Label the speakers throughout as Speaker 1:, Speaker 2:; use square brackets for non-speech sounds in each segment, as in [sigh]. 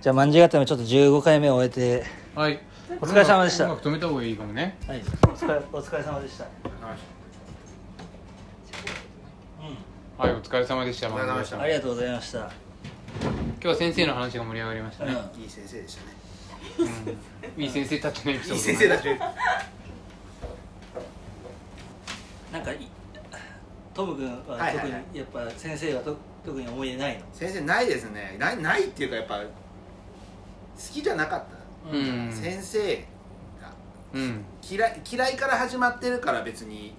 Speaker 1: じゃあまんじゅう固めちょっと15回目を終えて
Speaker 2: はい
Speaker 1: お疲れ様でした
Speaker 2: 音楽止めた方がいいかもね
Speaker 1: はいお疲れお疲れ様でした
Speaker 2: はいお疲れ様でした
Speaker 3: お疲れ様でした
Speaker 1: ありがとうございました
Speaker 2: 今日は先生の話が盛り上がりましたね、
Speaker 3: いい先生でしたね
Speaker 2: いい先生たちのエピソード
Speaker 3: いい先生だし
Speaker 1: なんかいトム君は特に、
Speaker 3: はいはいは
Speaker 1: やっぱ先生はと特に思い出ないの
Speaker 3: 先生ないですねないないっていうかやっぱ好きじゃなかった、
Speaker 2: うん
Speaker 3: 先生が
Speaker 2: うん
Speaker 3: 嫌い嫌いから始まってるから別に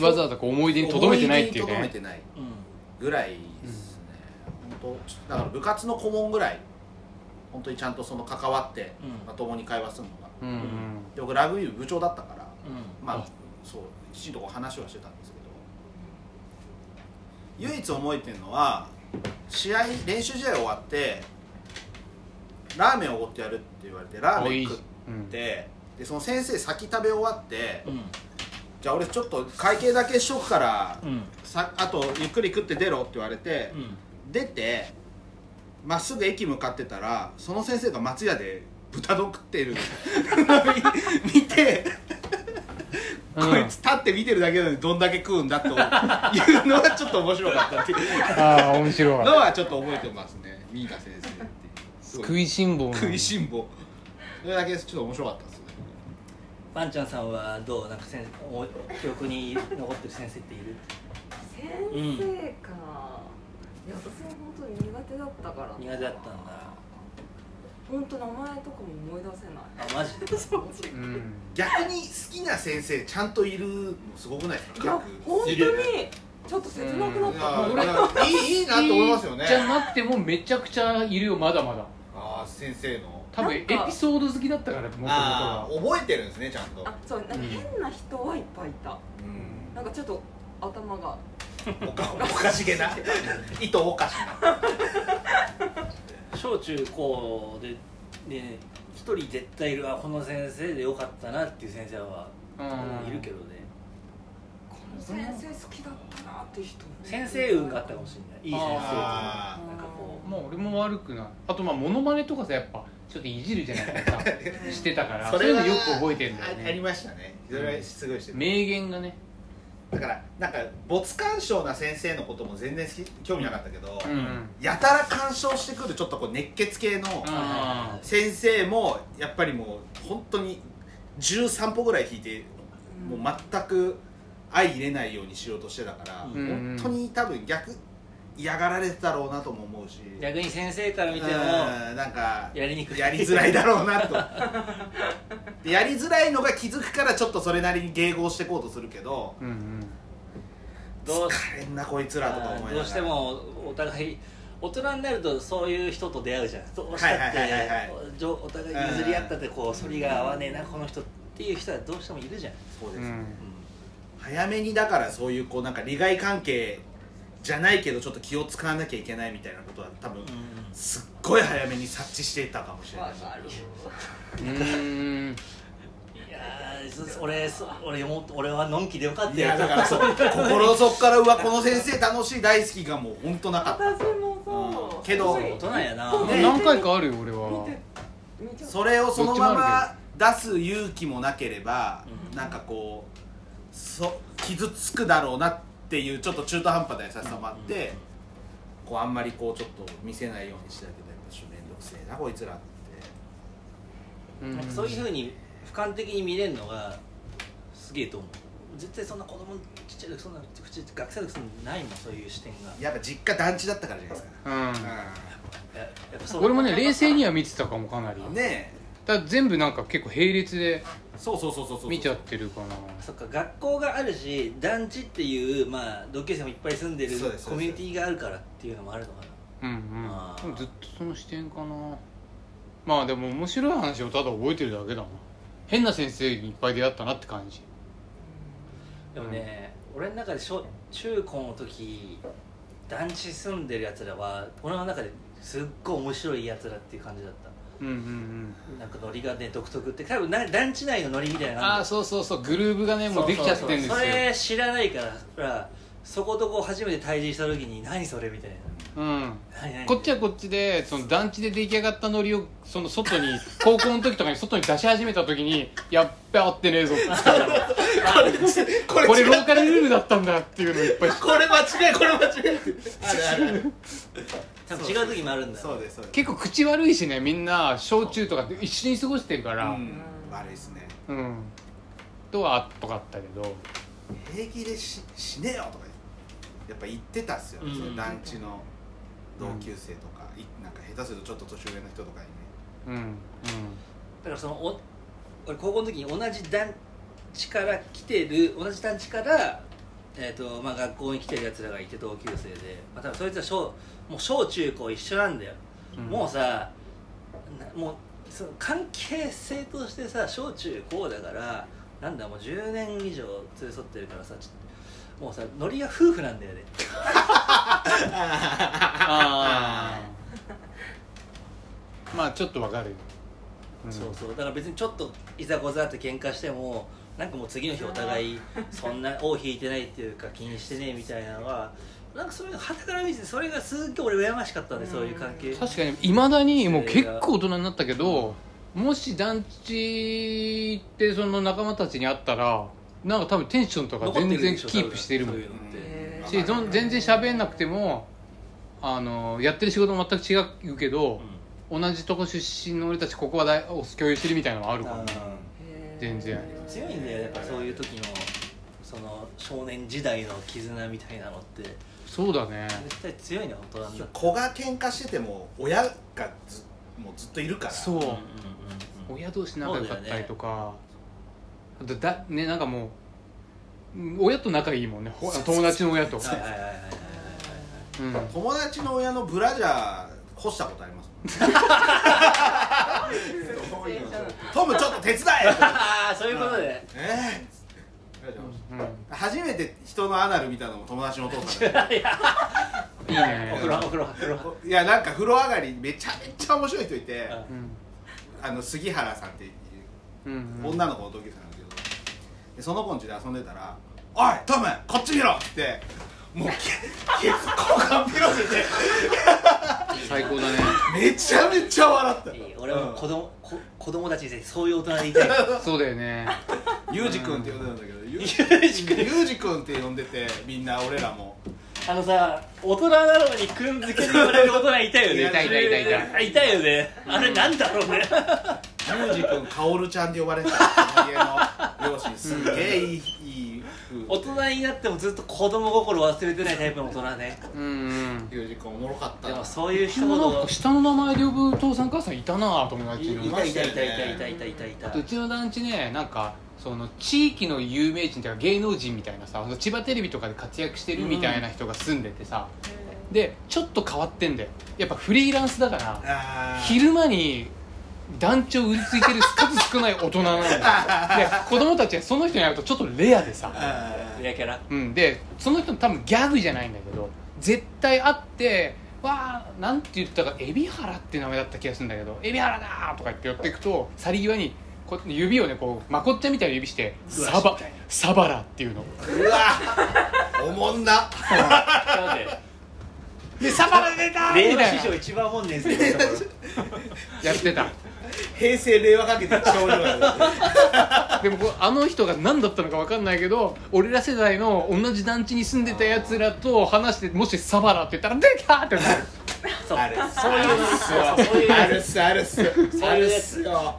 Speaker 2: わざわざこう思い出にとどめてないっていう
Speaker 3: 思出に
Speaker 2: ね
Speaker 3: とどめてない
Speaker 1: うん
Speaker 3: ぐらいですね、本当ちょだから部活の顧問ぐらい本当にちゃんとその関わって
Speaker 1: うん
Speaker 3: まともに会話するのが、
Speaker 2: うんうん
Speaker 3: で僕ラグビー部部長だったから
Speaker 1: うん
Speaker 3: まあ
Speaker 2: あ
Speaker 3: そうきちんとこう話はしてたんですけど唯一覚えてるのは試合練習試合終わってラーメンをおごってやるって言われてラ
Speaker 2: お
Speaker 3: ー
Speaker 2: い
Speaker 3: メ
Speaker 2: い
Speaker 3: ン食ってでその先生先食べ終わって、
Speaker 1: うん
Speaker 3: じゃあ俺ちょっと会計だけしとくから、
Speaker 1: うん
Speaker 3: さあとゆっくり食って出ろって言われて、出てまっすぐ駅向かってたらその先生が松屋で豚丼食ってる見見て、
Speaker 2: うん
Speaker 3: こいつ立って見てるだけなのにどんだけ食うんだというのはちょっと面白かったっていう
Speaker 2: ああ面白
Speaker 3: の
Speaker 2: い
Speaker 3: はちょっと覚えてますねミーガ先生っていうすご
Speaker 2: 食いしん坊な
Speaker 3: 食いしん坊それだけちょっと面白かったですね
Speaker 1: パンちゃんさんはどうなんか先生お記憶に残ってる先生っている
Speaker 4: 先生か、いや私は本当に苦手だったから
Speaker 1: 苦手だったんだ
Speaker 4: 本当名前とかも思い出せない
Speaker 1: あマジで
Speaker 2: うん
Speaker 3: 逆に好きな先生ちゃんといるのすごくないです
Speaker 4: い
Speaker 3: か
Speaker 4: や
Speaker 3: 逆
Speaker 4: 本当にちょっと切なくなっ
Speaker 3: い
Speaker 4: た、
Speaker 3: や
Speaker 4: うん
Speaker 3: 俺はいいいいなと思いますよね
Speaker 2: じゃなくてもめちゃくちゃいるよまだまだ
Speaker 3: ああ先生の
Speaker 2: 多分エピソード好きだったからもともと
Speaker 3: あ
Speaker 2: は
Speaker 3: あ覚えてるんですねちゃんと
Speaker 4: あそうなんか変な人はいっぱいいた、
Speaker 3: うん
Speaker 4: なんかちょっと頭が
Speaker 3: おかおかし [laughs] げな糸おかしな
Speaker 1: 小中高でで一人絶対いるあこの先生でよかったなっていう先生は
Speaker 2: うん
Speaker 1: いるけどね
Speaker 4: この先生好きだったなっていう人
Speaker 1: 先生運があったかもしれないいい先生と
Speaker 3: あ
Speaker 1: なんかこ
Speaker 2: まあ俺も悪くないあとまあモノマネとかさやっぱちょっといじるじゃないですかしてたからそれ
Speaker 3: は
Speaker 2: ういうのよく覚えてんだよ
Speaker 3: ああり
Speaker 2: ね
Speaker 3: ましたねそれはすごいしてる
Speaker 2: 名言がね
Speaker 3: だからなんか没干渉な先生のことも全然好き興味なかったけど、
Speaker 2: うん
Speaker 3: やたら干渉してくるちょっとこう熱血系の
Speaker 1: う
Speaker 2: あ
Speaker 3: 先生もやっぱりもう本当に13歩ぐらい引いてもう全く相入れないようにしようとしてたから、
Speaker 1: うん
Speaker 2: うん
Speaker 3: 本当に多分逆嫌がられてたろうなとも思うし
Speaker 1: 逆に先生から見ても
Speaker 3: うんなんか
Speaker 1: やりにくい
Speaker 3: やりづらいだろう
Speaker 1: [laughs]
Speaker 3: なとでやりづらいのが気づくからちょっとそれなりに迎合していこうとするけど
Speaker 2: うんうん
Speaker 1: どうし
Speaker 3: 疲れんなこいつらとか思いながら
Speaker 1: どうしてもお互い大人になるとそういう人と出会うじゃんどうしたって
Speaker 3: はいはいはいはい
Speaker 1: おじょお互い譲り合ったってこう反りが合わねえなこの人っていう人はどうしてもいるじゃん、
Speaker 3: そうで
Speaker 2: う
Speaker 3: すね、
Speaker 2: ん
Speaker 3: 早めにだからそういうこうなんか利害関係じゃないけどちょっと気を使わなきゃいけないみたいなことは多分すっごい早めに察知していたかもしれない
Speaker 4: わかる
Speaker 2: うん
Speaker 1: いやーそ俺そ俺も俺はのんきでよかった
Speaker 3: い
Speaker 1: よ
Speaker 3: やだからそう心の底からうわこの先生楽しい大好きがもう本当なかっ
Speaker 4: 私もそう、
Speaker 3: うんけど
Speaker 1: 大人やな、
Speaker 4: そう
Speaker 2: 何回かあるよ俺は
Speaker 4: 見て見ちゃ
Speaker 3: た
Speaker 4: う
Speaker 3: それをそのま
Speaker 2: どっちもあ
Speaker 3: ま出す勇気もなければ、
Speaker 1: うん
Speaker 3: なんかこうそ傷つくだろうなっていうちょっと中途半端な優しさもあって、こうあんまりこうちょっと見せないようにしてたけどやっぱちょっと面倒くせえなこいつらって
Speaker 2: うん
Speaker 1: なんかそういうふうに俯瞰的に見れるのがすげえと思う絶対そんな子供ちっちゃい時そんな口学生の時そんなないもんそういう視点が
Speaker 3: やっぱ実家団地だったからじゃないですか、
Speaker 2: うん
Speaker 1: ややっぱそう
Speaker 2: 俺もね冷静には見てたかもかなり
Speaker 3: うんね
Speaker 2: ただ全部なんか結構並列で
Speaker 3: えそうそうそうそうそう
Speaker 2: 見ちゃってるかな
Speaker 1: そっか学校があるし団地っていうまあ同級生もいっぱい住んでる
Speaker 3: そうです
Speaker 1: コミュニティがあるからっていうのもあるのかな
Speaker 2: うん
Speaker 1: あー
Speaker 2: うんでもずっとその視点かなまあでも面白い話をただ覚えてるだけだな変な先生にいっぱい出会ったなって感じ
Speaker 1: でもね、俺の中で小中高の時団地住んでるやつらは俺の中ですっごい面白いやつらっていう感じだった
Speaker 2: うんうんうん
Speaker 1: なんかノリがね独特って多分な団地内のノリみたいなのるんだよ
Speaker 2: ああそうそうそうグルーブがねもうできちゃってるんですよ
Speaker 1: それ知らないからそこどこ初めて対峙した時に何それみたいな
Speaker 2: うん
Speaker 1: 何々
Speaker 2: こっちはこっちでその団地で出来上がったノリをその外に [laughs] 高校の時とかに外に出し始めた時にやっべ合ってね [laughs] えぞって
Speaker 3: こ
Speaker 2: これ
Speaker 3: 違う
Speaker 2: ローカルルールだったんだっていうのいっぱい知って
Speaker 3: これ間違いこれ間違いあるあるある
Speaker 1: 多分違う時もあるんだ
Speaker 3: そうですそうです
Speaker 2: 結構口悪いしねみんな小中とかで一緒に過ごしてるか
Speaker 3: う
Speaker 2: らうん、
Speaker 3: ん悪いですね
Speaker 2: とはあっとかったけど
Speaker 3: 平気でし死ねよとかやっぱ言ってたっすよ、
Speaker 1: うん
Speaker 3: その団地の同級生とか、いなんか下手するとちょっと年上の人とか
Speaker 2: う
Speaker 3: にね
Speaker 2: んうん
Speaker 1: だからそのお俺高校の時に同じ団地から来てる同じ団地から、えーとまあ、学校に来てるやつらがいて同級生で、まあ、多分そいつは小もう小中高一緒なんだよ、
Speaker 2: うん
Speaker 1: もうさなもうその関係性としてさ小中高だからなんだもう10年以上連れ添ってるからさちもうさノリが夫婦なんだよね
Speaker 2: ああまあちょっとわかるよ、ん
Speaker 1: そうそうだから別にちょっといざこざって喧嘩してもなんかもう次の日お [laughs] 互いそんな尾を引いてないっていうか気にしてねえみたいなのはなんかそれがはたから見ててそれがすっげえ俺羨ましかったんでそういう関係
Speaker 2: 確かにいまだにもう結構大人になったけどもし団地ってその仲間たちに会ったらなんか多分テンションとか全然キープしてるもん
Speaker 1: 残ってるでしょ多分そういうのって
Speaker 4: へー
Speaker 2: しどん全然喋んなくてもあのやってる仕事も全く違うけど、同じとこ出身の俺たちここはだいお共有してるみたいなのはあるかも
Speaker 1: あー
Speaker 4: へー
Speaker 2: 全然
Speaker 1: 強いんだよやっぱそういう時のその少年時代の絆みたいなのって
Speaker 2: そうだね
Speaker 1: 絶対強いね大人だ
Speaker 3: 子が喧嘩してても親がずもうずっといるから
Speaker 2: そう、
Speaker 1: うんうんうん
Speaker 2: 親同士仲良かったりとか、あとだねなんかもううん親と仲いいもんねほ友達の親と、
Speaker 1: はいはいはいはいはいはい
Speaker 2: うん、
Speaker 3: 友達の親のブラジャー干したことありますもんトムちょっと手伝えとか
Speaker 1: あ [laughs] あそういうことで
Speaker 3: ええ
Speaker 2: うん
Speaker 3: 初めて人のアナル見たのも友達のお父さんだった
Speaker 1: [laughs]
Speaker 2: いい
Speaker 1: お
Speaker 2: ね
Speaker 1: 風呂お風呂お風呂
Speaker 3: いやなんか風呂上がりめちゃめちゃ面白い人いて
Speaker 1: うん
Speaker 2: うん
Speaker 3: あの杉原さんっていう
Speaker 2: うん
Speaker 3: 女の子の同級生なんだけどでその子ん家で遊んでたら「おいトムこっち見ろ!」ってもうけケツ股間ピロせて
Speaker 2: 最高だね
Speaker 3: めちゃめちゃ笑った
Speaker 1: いい俺はもう子供、こ子供たちにぜひそういう大人でいたい
Speaker 2: そうだよね
Speaker 3: ユージ君って呼んでたんだけどユージ
Speaker 1: ユージ君
Speaker 3: ユージ君って呼んでてみんな俺らも
Speaker 1: あのさ大人なのにくんづけで言われる大人いたよね
Speaker 2: いたいたいたいた
Speaker 1: いたよねあれなんだろうね
Speaker 3: ユージ君カオルちゃんって呼ばれてた家の両親すげえいいいい
Speaker 1: 大人になってもずっと子供心忘れてないタイプの大人ね
Speaker 2: うんうん
Speaker 3: ユージ君おもろかった
Speaker 1: で
Speaker 3: な
Speaker 1: もそういう
Speaker 2: うち
Speaker 1: 人
Speaker 2: も
Speaker 1: ほ
Speaker 2: なん
Speaker 1: ど
Speaker 2: か下の名前で呼ぶ父さん母さんいたなぁ友達
Speaker 1: い
Speaker 2: に
Speaker 1: いたいたいたいたいたいたいたいた
Speaker 2: うちの団地ねなんかその地域の有名人とか芸能人みたいなさあの千葉テレビとかで活躍してるみたいな人が住んでてさ、でちょっと変わってんだよやっぱフリーランスだから
Speaker 3: あー
Speaker 2: 昼間に団地を売りついてる数少ない大人なんだよで子供たちはその人に会うとちょっとレアでさ、
Speaker 3: あー
Speaker 1: レアキャラ
Speaker 2: うん、でその人の多分ギャグじゃないんだけど絶対会ってわあなんて言ったか海老原って名前だった気がするんだけど「海老原だ!」とか言って寄っていくと去り際にこう指をねこうまこっちゃんみたいな指して「
Speaker 1: うわ
Speaker 2: サバ
Speaker 1: 知ってんや
Speaker 2: サバラ」っていうの
Speaker 3: うわおもんな
Speaker 1: なんで
Speaker 2: で「サバラ出た!」み
Speaker 1: 令和
Speaker 2: たい
Speaker 1: 史
Speaker 2: な
Speaker 1: 上一番本年生だった頃
Speaker 2: やってた
Speaker 3: 平成令和かけて超量
Speaker 2: でもこうあの人が何だったのか分かんないけど俺ら世代の同じ団地に住んでたやつらと話してもし「サバラ」って言ったら「出た!」ってなる
Speaker 1: そう
Speaker 3: ある
Speaker 1: そういうそうそういう
Speaker 3: あるっすあるっすあるっすよ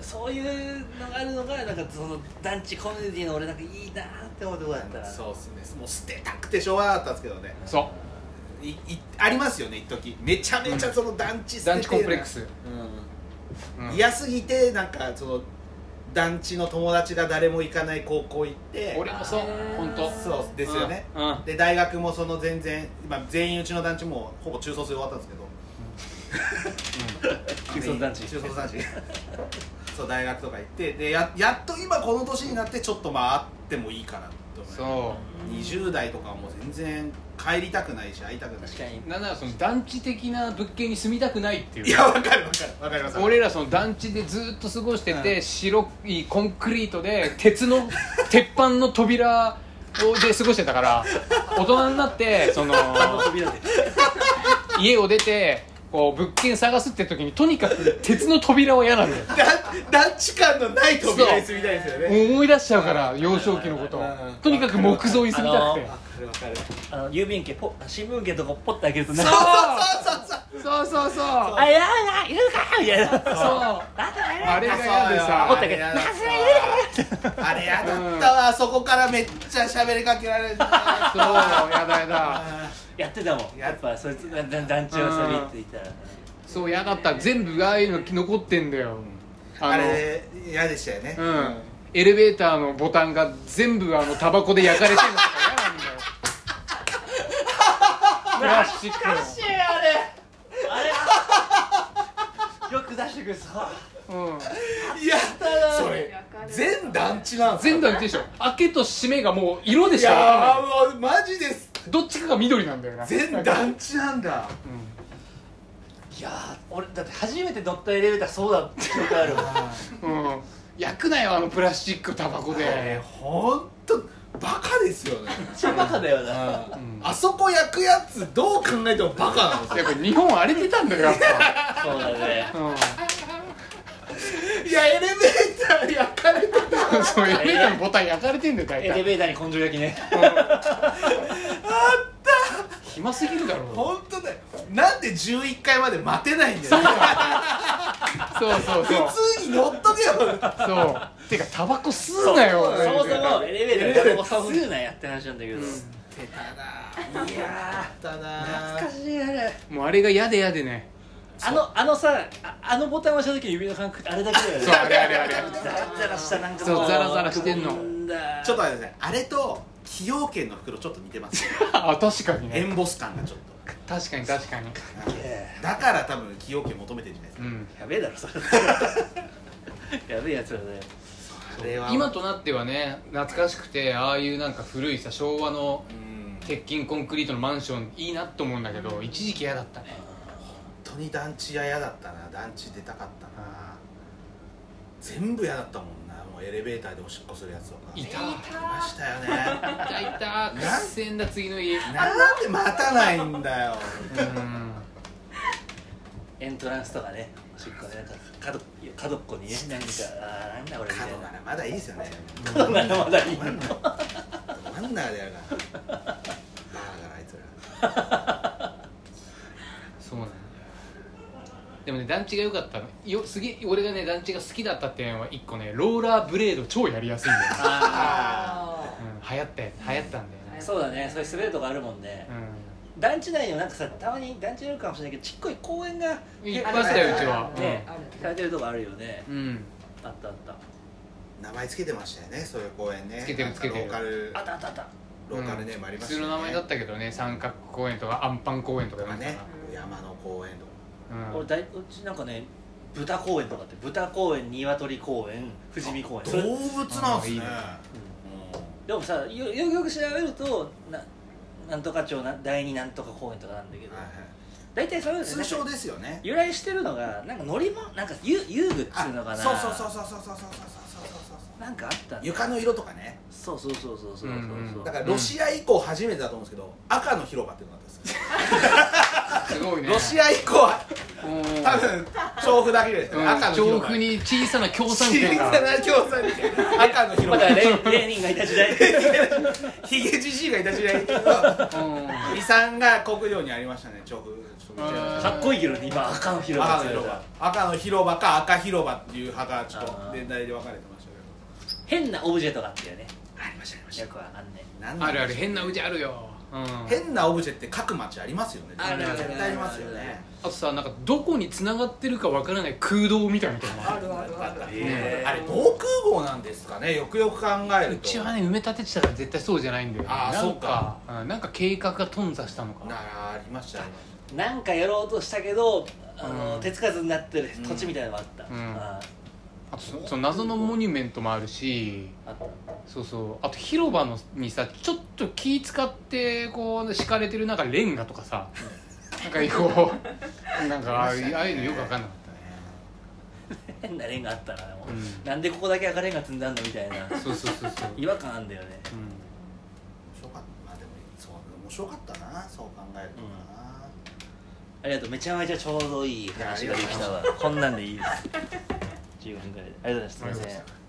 Speaker 1: そういうのがあるのがなんかその団地コミュニティの俺なんかいいなーって思うとこだったら
Speaker 3: そうっすねもう捨てたくてしょうがなかったんですけどね
Speaker 2: そ
Speaker 1: [laughs]
Speaker 3: いいありますよね一時めちゃめちゃその団地
Speaker 2: う
Speaker 3: 捨てて
Speaker 2: 団地コンプレックス、
Speaker 3: うん
Speaker 2: うん
Speaker 3: 嫌すぎてなんかその団地の友達が誰も行かない高校行って
Speaker 2: 俺もそう本当
Speaker 3: そうですよね、
Speaker 2: うんうん
Speaker 3: で大学もその全然、まあ、全員うちの団地もほぼ中卒で終わったんですけど
Speaker 1: 中卒団地
Speaker 3: 中卒男子 [laughs] そう大学とか行ってでややっと今この年になってちょっとまああってもいいかなと
Speaker 2: そ
Speaker 3: 思20代とかはもう全然帰りたくないし会いたくないし
Speaker 1: 確かに
Speaker 2: うなんならその団地的な物件に住みたくないっていう
Speaker 3: いやわかるわかるわかります
Speaker 2: 俺らその団地でずっと過ごしてて、白い [laughs] コンクリートで鉄の鉄板の扉をで過ごしてたから大人になってその
Speaker 1: 扉で
Speaker 2: 家を出てこう物件探すって時にとにかく鉄の扉は嫌なんだ
Speaker 3: [laughs]
Speaker 2: よ
Speaker 3: 団地感のない扉に住みたいですよね
Speaker 2: 思い出しちゃうから幼少期のことを
Speaker 3: うん
Speaker 2: とにかく木造に住みたくて
Speaker 3: わかるわかる
Speaker 1: あの郵便券ポッ新聞券とかポッて開けると
Speaker 2: そう
Speaker 1: なんか
Speaker 3: そうそ
Speaker 2: そう
Speaker 3: う
Speaker 2: そうそうそう
Speaker 1: [laughs] あいやいやいるかみた [laughs] いな
Speaker 2: あれが嫌で
Speaker 3: あ
Speaker 2: さ
Speaker 1: 怒ったけど
Speaker 3: あれやだったわそこからめっちゃ喋りかけられて
Speaker 2: そうやだやだ
Speaker 1: やってたもんやっぱそいつだだ団地をさびっていたら
Speaker 2: そうやだった全部ああいうの残ってんだよあの
Speaker 3: あれ嫌でしたよね
Speaker 2: うんエレベーターのボタンが全部あのタバコで焼かれてるのとか嫌なんだよプラスチックの
Speaker 1: しいあれあれよく出してくるさ
Speaker 2: うん、
Speaker 3: いやそれ全団地なんすか
Speaker 2: 全部言ってでしょ開けと閉めがもう色で
Speaker 3: い
Speaker 2: しか分かん
Speaker 3: や
Speaker 2: な
Speaker 3: もうマジです
Speaker 2: いどっちかが緑なんだよな
Speaker 3: 全団地なんだ
Speaker 1: いやー俺だって初めて乗ったエレベーターそうだって記憶あるわ
Speaker 2: うん、うん、焼くなよあのプラスチックタバコ
Speaker 3: え
Speaker 2: で
Speaker 3: ほんとバカですよね
Speaker 1: めっちゃバカだよな
Speaker 2: うん
Speaker 3: あそこ焼くやつどう考えてもバカなんですよ
Speaker 2: やっぱ日本荒れてたんだよやっ
Speaker 1: そうだね
Speaker 2: ぱ、うん
Speaker 3: いやエレベーター焼かれてた
Speaker 2: そうエレベーターのボタン焼かれてんだよ大
Speaker 1: エレ
Speaker 2: 体
Speaker 1: ベーターに根性焼きね
Speaker 2: 暇すぎるだろ
Speaker 3: 本当だよなんで11階まで待てないんだよね
Speaker 2: そうそうそう
Speaker 3: 普通に乗っとけよ
Speaker 2: そうてかタバコ吸うなよ
Speaker 1: そもそもエレベーターでタバコ吸うなやって話なんだけど
Speaker 3: 出たないやーだな
Speaker 1: 懐かしいあれ
Speaker 2: もうあれが嫌で嫌でね
Speaker 1: あのあのさああのボタンを押した時の指の感覚あれだけだよね
Speaker 2: そうあれあれあれ
Speaker 1: ザラザラしたなんか
Speaker 2: そう
Speaker 1: も
Speaker 2: ザラザラしてんの
Speaker 1: くぼんだ
Speaker 3: ちょっと待ってくださいあれと崎陽軒の袋ちょっと似てますね
Speaker 2: あ確かに
Speaker 3: エ
Speaker 2: ね
Speaker 3: ンボス感がちょっと
Speaker 2: 確かに確かに
Speaker 1: え
Speaker 3: だから多分崎陽軒求めてるんじゃないで
Speaker 2: うん
Speaker 1: えやべえだろそれ [laughs] やべえやつだね
Speaker 3: すかあれは
Speaker 2: 今となってはね懐かしくてああいうなんか古いさ昭和の
Speaker 3: うん本
Speaker 2: 鉄筋コンクリートのマンションいいなと思うんだけど一時期嫌だったね
Speaker 3: 当に団地は嫌だったな団地出たかったな全部嫌だったもんなもうエレベーターでおしっこするやつとか
Speaker 2: い
Speaker 3: い
Speaker 2: た
Speaker 3: ましたよね
Speaker 2: いた
Speaker 3: [laughs]
Speaker 2: いたくっせんだ次の家う
Speaker 3: なんで待たないんだよ
Speaker 2: ん
Speaker 1: エントランスとかねおしっこねなんか角角っこにね何かあーなんだこれみたい
Speaker 3: 角ならまだいいですよね
Speaker 1: な角ならまだいいの
Speaker 3: 真ん中でやるからバカだからあいつら
Speaker 2: そうなんだよでもね団地が良かったのよすげえ俺がね団地が好きだったっていうのは一個ねローラーブレード超やりやすいんだよ、
Speaker 3: [laughs]
Speaker 1: あ
Speaker 4: あ
Speaker 2: うん、流行って流行ったんだよ
Speaker 1: ー
Speaker 2: ね
Speaker 1: そうだねそういう滑るとこあるもんね
Speaker 2: う
Speaker 1: 団地内にもなんかさたまに団地にいるかもしれないけどちっこい公園が
Speaker 2: んいっぱいあったようちは
Speaker 1: ね
Speaker 4: ある
Speaker 1: されてるとこあるよね
Speaker 2: うん
Speaker 1: あったあった
Speaker 3: 名前つけてましたよねそういう公園ね
Speaker 2: つけてる
Speaker 3: なんか
Speaker 2: つけてる
Speaker 3: ローカル
Speaker 1: あったあったあった
Speaker 3: ローカルネームありま
Speaker 2: 普
Speaker 3: した
Speaker 2: 通の名前だったけどね三角公園とかアンパン公園とか
Speaker 3: とか
Speaker 2: なんか
Speaker 3: ね
Speaker 2: な
Speaker 3: 山の公園とか
Speaker 2: うん
Speaker 1: 俺だいうちなんかね豚公園とかって豚公園鶏公園富士見公園それ、うん
Speaker 3: 動物なんすね
Speaker 2: あ
Speaker 1: でもさよよくよく調べるとななんとか町な第二なんとか公園とかなんだけ
Speaker 3: うん
Speaker 1: ど
Speaker 3: はいはい
Speaker 1: 大体そういうのね
Speaker 3: 通称ですよね
Speaker 1: 由来してるのがなんか乗り物なんか遊遊具っつ
Speaker 3: あ
Speaker 1: うのかな
Speaker 3: そうそうそうそうそうそうそうそうそうそう
Speaker 1: なんかあったんだ
Speaker 3: 床の色とかね
Speaker 1: そうそうそうそうそうそう
Speaker 2: うんうん
Speaker 1: そ
Speaker 3: だ
Speaker 1: う
Speaker 3: からロシア以降初めてだと思うんですけど赤の広場っていうのがあったん [laughs] ですよ
Speaker 2: すごいね
Speaker 3: ロシア以降は
Speaker 2: うん
Speaker 3: 多分調布だけですよ
Speaker 2: うん
Speaker 3: ね赤の
Speaker 2: 調
Speaker 3: 広場
Speaker 2: 布に小さな共産
Speaker 3: 小
Speaker 2: 圏
Speaker 3: さ
Speaker 2: が
Speaker 3: な共産圏赤の広
Speaker 1: ま
Speaker 3: 場
Speaker 1: だレーレーニンがいた時代
Speaker 3: [laughs] ヒゲじじいがいた時代に
Speaker 2: うん
Speaker 3: 遺産が国領にありましたね調布
Speaker 2: あ
Speaker 1: かっこいいけどね今赤の広場
Speaker 3: 赤
Speaker 1: っ
Speaker 3: の
Speaker 1: て言わ
Speaker 3: 広
Speaker 1: れた
Speaker 3: 場
Speaker 1: ら
Speaker 3: 赤の広場か赤広場っていう派がちょっと年代で分かれてましたけど
Speaker 1: 変なオブジェとかあったよね
Speaker 3: ありましたありま
Speaker 1: よくわかんない
Speaker 3: なんだ
Speaker 2: あるある変なうちあるよ、うん、
Speaker 3: 変なオブジェって各町ありますよね
Speaker 1: あるある
Speaker 3: 絶対ありますよね
Speaker 2: あとさなんかどこに繋がってるかわからない空洞みたいなのとかもあ
Speaker 4: あ
Speaker 2: る
Speaker 4: るあるある
Speaker 1: へー
Speaker 3: あれ防空壕なんですかねよくよく考える
Speaker 2: う
Speaker 3: と
Speaker 2: ちはね埋め立て地だから絶対そうじゃないんだよ、ね、
Speaker 3: あー
Speaker 2: なん
Speaker 3: そうか
Speaker 2: うんなんか計画が頓挫したのかな
Speaker 3: なあありましたね
Speaker 1: なんかやろうとしたけどあの、
Speaker 2: うん
Speaker 1: 手つかずになってる土地みたいなのがあった、
Speaker 2: うん
Speaker 1: あ
Speaker 2: あとそその謎のモニュメントもあるし
Speaker 1: あった [laughs]
Speaker 2: そうそうあと広場のにさちょっと気使ってこう敷かれてるなんかレンガとかさなんかこう [laughs] なんかああいうああいうのよくわかんなか
Speaker 1: 変なレンガあったなもう、
Speaker 2: うん
Speaker 1: なんでここだけ赤レンガ積んだんだみたいな
Speaker 2: ったそうそうそうそう、
Speaker 1: 違和感あんだよね
Speaker 2: うん
Speaker 3: そうかまあでもそう面白かったなそう考えるとな、
Speaker 1: ありがとうめちゃめちゃちょうどいい話ができたわこんなんでいいです15分ぐらいでありがとうございますすいません